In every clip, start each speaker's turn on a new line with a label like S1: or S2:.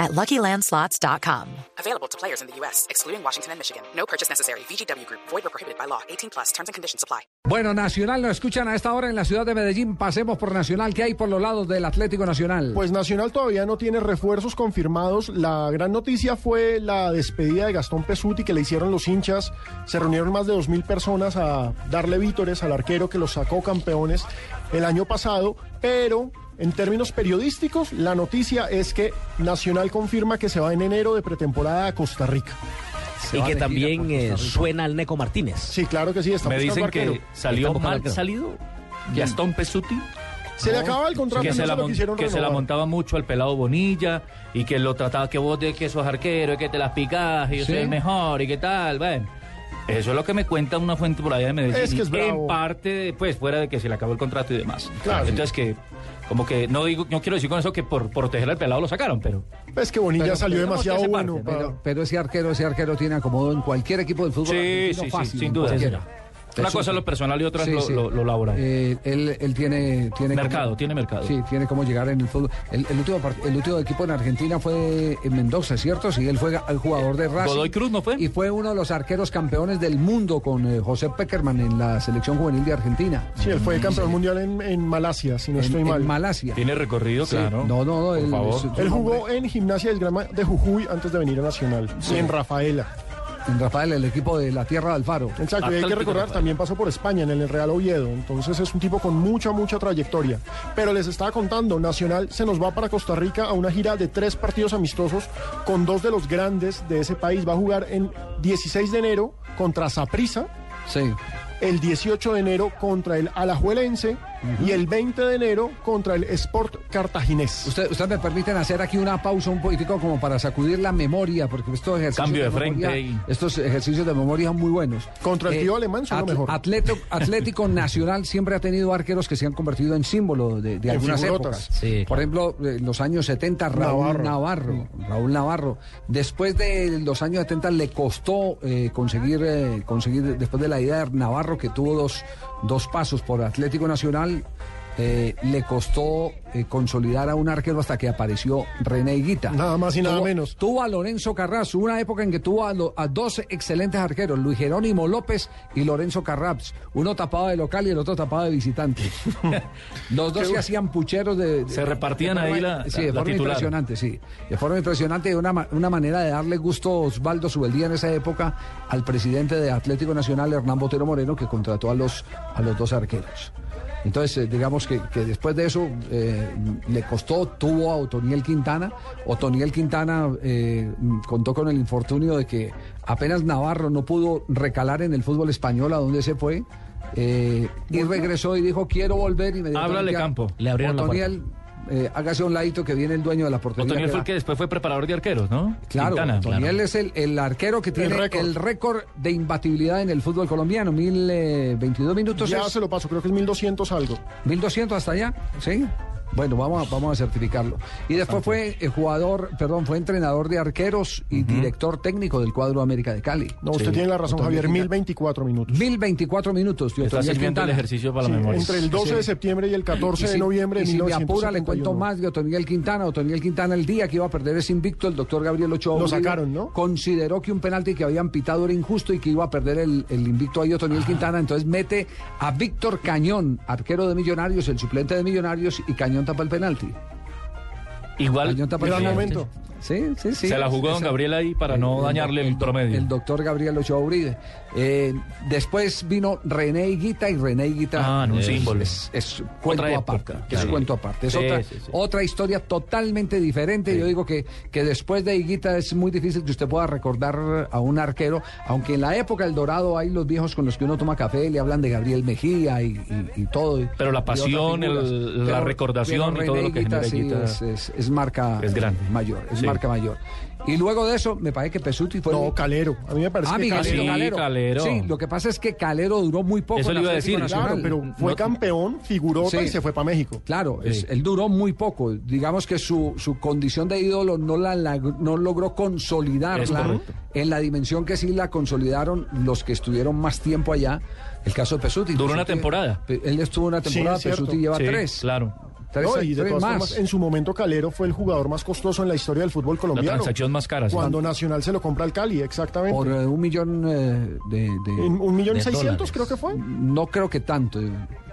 S1: at luckylandslots.com.
S2: Available to players in the U.S., excluding Washington and Michigan. No purchase necessary. VGW Group, void or prohibited by law. 18 plus terms and conditions apply.
S3: Bueno, Nacional nos escuchan a esta hora en la ciudad de Medellín. Pasemos por Nacional, que hay por los lados del Atlético Nacional.
S4: Pues Nacional todavía no tiene refuerzos confirmados. La gran noticia fue la despedida de Gastón Pesuti que le hicieron los hinchas. Se reunieron más de 2.000 personas a darle vítores al arquero que los sacó campeones el año pasado, pero... En términos periodísticos, la noticia es que Nacional confirma que se va en enero de pretemporada a Costa Rica.
S3: Se
S5: Y
S3: va de gira
S5: que
S3: por
S5: también
S3: Costa
S5: eh,
S3: Rica.
S5: suena al Neco Martínez.
S4: Sí, claro que sí, está
S6: Me
S4: buscando
S6: dicen
S4: arquero.
S6: que salió
S5: Estamos
S6: mal
S5: marcando.
S6: salido Gastón Pesuti,
S4: Se le acaba el contrato,
S6: que
S4: no
S6: se, la,
S4: lo
S6: mon-
S4: quisieron
S6: que se la
S4: renovar.
S6: montaba mucho al pelado Bonilla y que lo trataba que vos de que sos arquero y que te las picás y yo
S3: Sí.
S6: soy el mejor y qué tal, bueno. Eso es lo que me cuenta una fuente por allá de Medellín.
S4: Es que es
S6: Y
S4: bravo.
S6: En parte, pues, fuera de que se le acabó el contrato y demás.
S4: Claro.
S6: Entonces que, como que no digo, no quiero decir con eso que por proteger al pelado lo sacaron, pero
S4: Es que Bonilla
S3: Pero-
S4: salió
S6: pero-
S4: demasiado
S6: pero-
S4: bueno. para-
S3: Pero, pero ese arquero, ese arquero tiene acomodo en cualquier equipo del fútbol.
S6: sí,
S3: argentino
S6: sí, sí,
S3: fácil,
S6: sin
S3: en
S6: duda.
S3: cualquiera.
S6: Una
S3: Eso
S6: cosa es lo
S3: sí.
S6: personal y otra
S3: Sí,
S6: es lo,
S3: sí.
S6: lo- lo laboral.
S3: Eh, él, él tiene, tiene
S6: Mercado,
S3: cómo-
S6: tiene mercado.
S3: Sí, tiene cómo llegar en el fútbol. El, el último, part- el último equipo en Argentina fue en Mendoza, ¿cierto? Sí, él fue ga- el jugador de Racing.
S6: Godoy Cruz, ¿no fue?
S3: Y fue uno de los arqueros campeones del mundo con eh, José Peckerman en la selección juvenil de Argentina.
S4: Sí, él fue campeón mundial en, en Malasia, si no
S3: en,
S4: estoy mal.
S3: en Malasia.
S6: Tiene recorrido,
S3: Sí,
S6: claro.
S3: No, no, no.
S6: Por
S3: él-
S6: favor.
S3: su-
S4: él jugó en Gimnasia del Grama de Jujuy antes de venir a Nacional. Y en Rafaela.
S3: En Rafael, el equipo de la Tierra de Alfaro.
S4: Exacto, y hay que
S6: Atlético
S4: recordar,
S6: Rafaela.
S4: también pasó por España en el Real Oviedo. Entonces es un tipo con mucha, mucha trayectoria. Pero les estaba contando, Nacional se nos va para Costa Rica a una gira de tres partidos amistosos con dos de los grandes de ese país. Va a jugar en 16 de enero contra Saprissa.
S3: Sí.
S4: el 18 de enero contra el Alajuelense y el 20 de enero contra el Sport Cartaginés.
S3: Usted, usted me permiten hacer aquí una pausa un poquitico como para sacudir la memoria, porque estos ejercicios
S6: Cambio de frente
S3: memoria,
S6: ahí.
S3: estos ejercicios de memoria son muy buenos. Eh,
S4: Contra el tío alemán son lo
S3: atl-
S4: mejor.
S3: atleto- Atlético Nacional siempre ha tenido arqueros que se han convertido en símbolo de, de
S4: En
S3: algunas
S4: figurotas.
S3: épocas. Por ejemplo, en los años 70 Raúl Navarro.
S4: Navarro.
S3: Raúl Navarro. Después de los años 70 le costó eh, conseguir eh, conseguir después de la idea de Navarro que tuvo dos dos pasos por Atlético Nacional. eh, le costó eh, consolidar a un arquero hasta que apareció René Higuita.
S4: Nada más y nada
S3: Tuvo-
S4: menos.
S3: Tuvo a Lorenzo Carras, hubo una época en que tuvo a, lo- a dos excelentes arqueros, Luis Jerónimo López y Lorenzo Carras. Uno tapado de local y el otro tapado de visitante. Los dos se hacían pucheros de... de-
S6: Se repartían
S3: de forma-
S6: ahí la-
S3: Sí, de
S6: la
S3: forma
S6: titular.
S3: impresionante, sí. De forma impresionante, una, ma- una manera de darle gusto a Osvaldo Subeldía en esa época al presidente de Atlético Nacional, Hernán Botero Moreno, que contrató a los, a los dos arqueros. Entonces, eh, digamos que, que después de eso eh, le costó, tuvo a Otoniel Quintana. Otoniel Quintana eh, mm, contó con el infortunio de que apenas Navarro no pudo recalar en el fútbol español a donde se fue. eh, y regresó y dijo, quiero volver. Y me
S6: Háblale, campo.
S5: Le abrieron la
S3: Otoniel, eh, hágase a un ladito que viene el dueño de la portería.
S6: Otoniel
S3: que
S6: fue
S3: da-
S6: el que después fue preparador de arqueros, ¿no?
S3: Pues Claro,
S6: Quintana.
S3: Otoniel es el, el arquero que tiene
S4: récord.
S3: el récord de imbatibilidad en el fútbol colombiano. 1022 minutos.
S4: ya
S3: es-
S4: se lo paso, creo que es 1200 algo.
S3: 1200 hasta allá, ¿sí? Bueno, vamos a, vamos a certificarlo. Y después fue eh, jugador, perdón, fue entrenador de arqueros y director técnico del cuadro América de Cali.
S4: No, usted tiene la razón,
S3: Otoniel
S4: Javier,
S3: Quintana.
S4: 1024 minutos.
S3: 1024 minutos. de
S6: Está
S3: Otoniel
S6: sirviendo el
S3: Quintana.
S6: ejercicio para
S4: Sí,
S6: la memoria.
S4: entre el 12 de septiembre y el 14
S3: Y si-
S4: de noviembre
S3: y
S4: de
S3: si me apura, le
S4: 1971.
S3: cuento más de Otoniel Quintana. Otoniel Quintana, el día que iba a perder ese invicto, el doctor Gabriel Ochoa.
S4: Lo
S3: Uribe
S4: sacaron, ¿no?
S3: Consideró que un penalti que habían pitado era injusto y que iba a perder el, el invicto ahí
S4: Ah.
S3: Otoniel Quintana. Entonces mete a Víctor Cañón, arquero de Millonarios, el suplente de Millonarios, y Cañón tapa el penalti.
S6: Igual
S3: Cañón tapa el
S4: Gran
S3: penalti.
S4: momento.
S3: Sí, sí, sí.
S6: se la jugó don
S3: Esa-
S6: Gabriel ahí para no
S3: el-
S6: dañarle el promedio.
S3: el doctor Gabriel Ochoa Uribe. Eh, después vino René Higuita y René Higuita
S6: Ah, no, un
S3: es-
S6: símbolo.
S3: Es, es cuento
S6: época,
S3: aparte. Es
S6: claro.
S3: cuento aparte. Es
S6: Sí,
S3: otra,
S6: sí, sí.
S3: otra historia totalmente diferente. Yo digo que, que después de Higuita es muy difícil que usted pueda recordar a un arquero, aunque en la época del Dorado hay los viejos con los que uno toma café, le hablan de Gabriel Mejía y, y- y todo.
S6: Pero la
S3: y otras
S6: pasión, el-
S3: figuras.
S6: la recordación y
S3: René
S6: todo lo que
S3: Higuita
S6: genera
S3: sí
S6: Higuita
S3: es, es- es marca
S6: es grande.
S3: mayor. Es
S6: Sí,
S3: marca mayor. Y luego de eso, me parece que Pesuti fue.
S4: No,
S3: el-
S4: Calero. A mí me parece
S3: Pues Ah,
S4: que
S3: Miguelito
S4: Calero.
S6: Sí,
S3: Calero.
S6: Calero.
S3: Sí, lo que pasa es que Calero duró muy poco.
S6: Eso
S3: en
S6: le iba a
S3: Atlético
S6: decir.
S4: Claro,
S3: Nacional.
S4: pero fue
S6: No-
S4: campeón, figurota
S3: Sí.
S4: y se fue para México.
S3: Claro, es- él duró muy poco. Digamos que su, su condición de ídolo no la, la- no logró
S6: Es
S3: consolidarla
S6: correcto.
S3: en la dimensión que sí la consolidaron los que estuvieron más tiempo allá. El caso de Pesuti.
S6: Duró una
S3: Pesuti-
S6: temporada.
S3: Pe- Él estuvo una
S4: Sí,
S3: temporada,
S4: es cierto.
S3: Pesuti lleva
S6: Sí,
S3: tres.
S6: Claro.
S3: Tres,
S4: No, y de
S3: tres
S4: todas
S3: más.
S4: formas, en su momento Calero fue el jugador más costoso en la historia del fútbol
S6: La
S4: colombiano.
S6: transacción más cara. sí.
S4: Cuando Nacional se lo compra al Cali, exactamente.
S3: Por eh, un millón eh, de... de-
S4: En un millón
S6: de
S4: seiscientos
S6: dólares.
S4: creo que fue.
S3: No creo que tanto.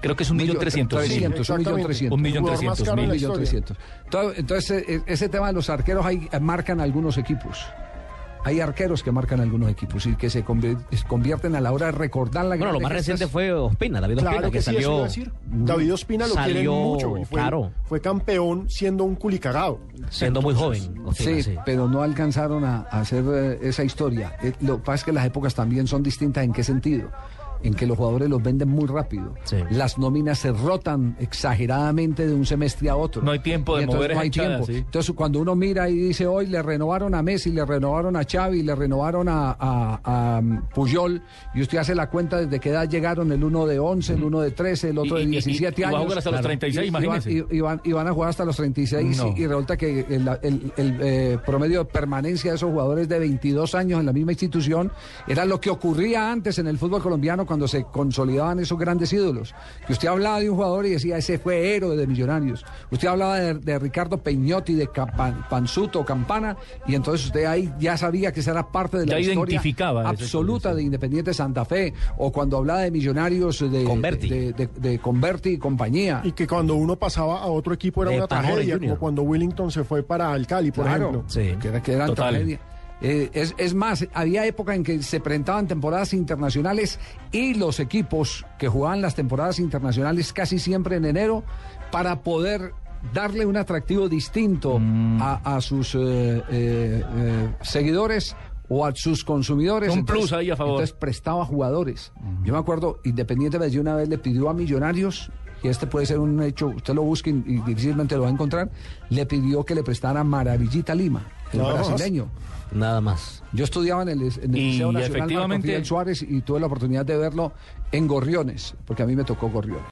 S6: Creo que es un millón trescientos. mil.
S3: trescientos, un millón
S4: exactamente.
S3: trescientos.
S6: Un millón
S4: El jugador más
S6: trescientos
S4: caro en
S6: mil.
S4: la
S3: Un millón
S4: historia.
S3: trescientos. Entonces, entonces, e- ese tema de los arqueros ahí eh, marcan algunos equipos. Hay arqueros que marcan algunos equipos y que se convier- se convierten a la hora de recordar la
S5: Bueno, lo
S3: grande
S5: más
S3: que
S5: reciente
S3: estás.
S5: fue Ospina, David Ospina,
S4: Claro que, sí, eso iba
S5: salió.
S4: a decir. David Ospina lo quiere
S5: salió,
S4: mucho. y fue,
S5: claro.
S4: fue campeón siendo un culicagado.
S5: siendo muy joven. Ospina,
S3: Sí,
S5: sí.
S3: pero no alcanzaron a, a hacer eh, esa historia. Eh, lo que pasa es que las épocas también son distintas. ¿En qué sentido? En que los jugadores los venden muy rápido.
S5: Sí.
S3: Las nóminas se rotan exageradamente de un semestre a otro.
S6: No hay tiempo de
S3: Y entonces
S6: mover
S3: No hay
S6: esa hinchada,
S3: tiempo.
S6: sí.
S3: Entonces, cuando uno mira y dice, hoy le renovaron a Messi, le renovaron a Xavi, le renovaron a, a- a, um, Puyol, y usted hace la cuenta desde qué edad llegaron, el uno de 11, el uno de 13, el otro
S6: Y-
S3: de
S6: y- y-
S3: 17
S6: y va a
S3: años.
S6: jugar hasta los 36,
S3: Y- y va-
S6: imagínese.
S3: y- y van, y van a jugar hasta los 36
S6: No.
S3: y, y resulta que el, el- el, eh, promedio de permanencia de esos jugadores de 22 años en la misma institución era lo que ocurría antes en el fútbol colombiano cuando se consolidaban esos grandes ídolos. Que usted hablaba de un jugador y decía, ese fue héroe de Millonarios. Usted hablaba de, de Ricardo Peñotti, de Campan- Panzuto, Campana, y entonces usted ahí ya sabía que esa era parte de la
S6: Ya
S3: historia
S6: identificaba esa
S3: absoluta
S6: historia, sí.
S3: de Independiente Santa Fe, o cuando hablaba de Millonarios de
S5: Converti.
S3: de, de- de Converti y compañía.
S4: Y que cuando uno pasaba a otro equipo era
S5: De
S4: una
S5: Pajores
S4: tragedia,
S5: Junior.
S4: como cuando Willington se fue para el Cali, por
S3: Claro,
S4: ejemplo.
S5: Sí.
S3: que, era- que eran
S6: Total.
S3: tragedia. Eh, es, es más, había época en que se presentaban temporadas internacionales y los equipos que jugaban las temporadas internacionales casi siempre en enero para poder darle un atractivo distinto
S6: Mm.
S3: a, a sus eh, eh, eh, seguidores o a sus consumidores.
S6: Un plus ahí a favor.
S3: Entonces prestaba jugadores. Yo me acuerdo, Independiente Medellín una vez le pidió a Millonarios, y este puede ser un hecho, usted lo busque y, y difícilmente lo va a encontrar, le pidió que le prestara Maravillita Lima, el
S4: Nada más.
S3: brasileño.
S5: Nada más.
S3: Yo estudiaba en el, en el
S6: Y
S3: Liceo Nacional Marco
S6: efectivamente-
S3: Fidel Suárez y tuve la oportunidad de verlo en Gorriones, porque a mí me tocó Gorriones.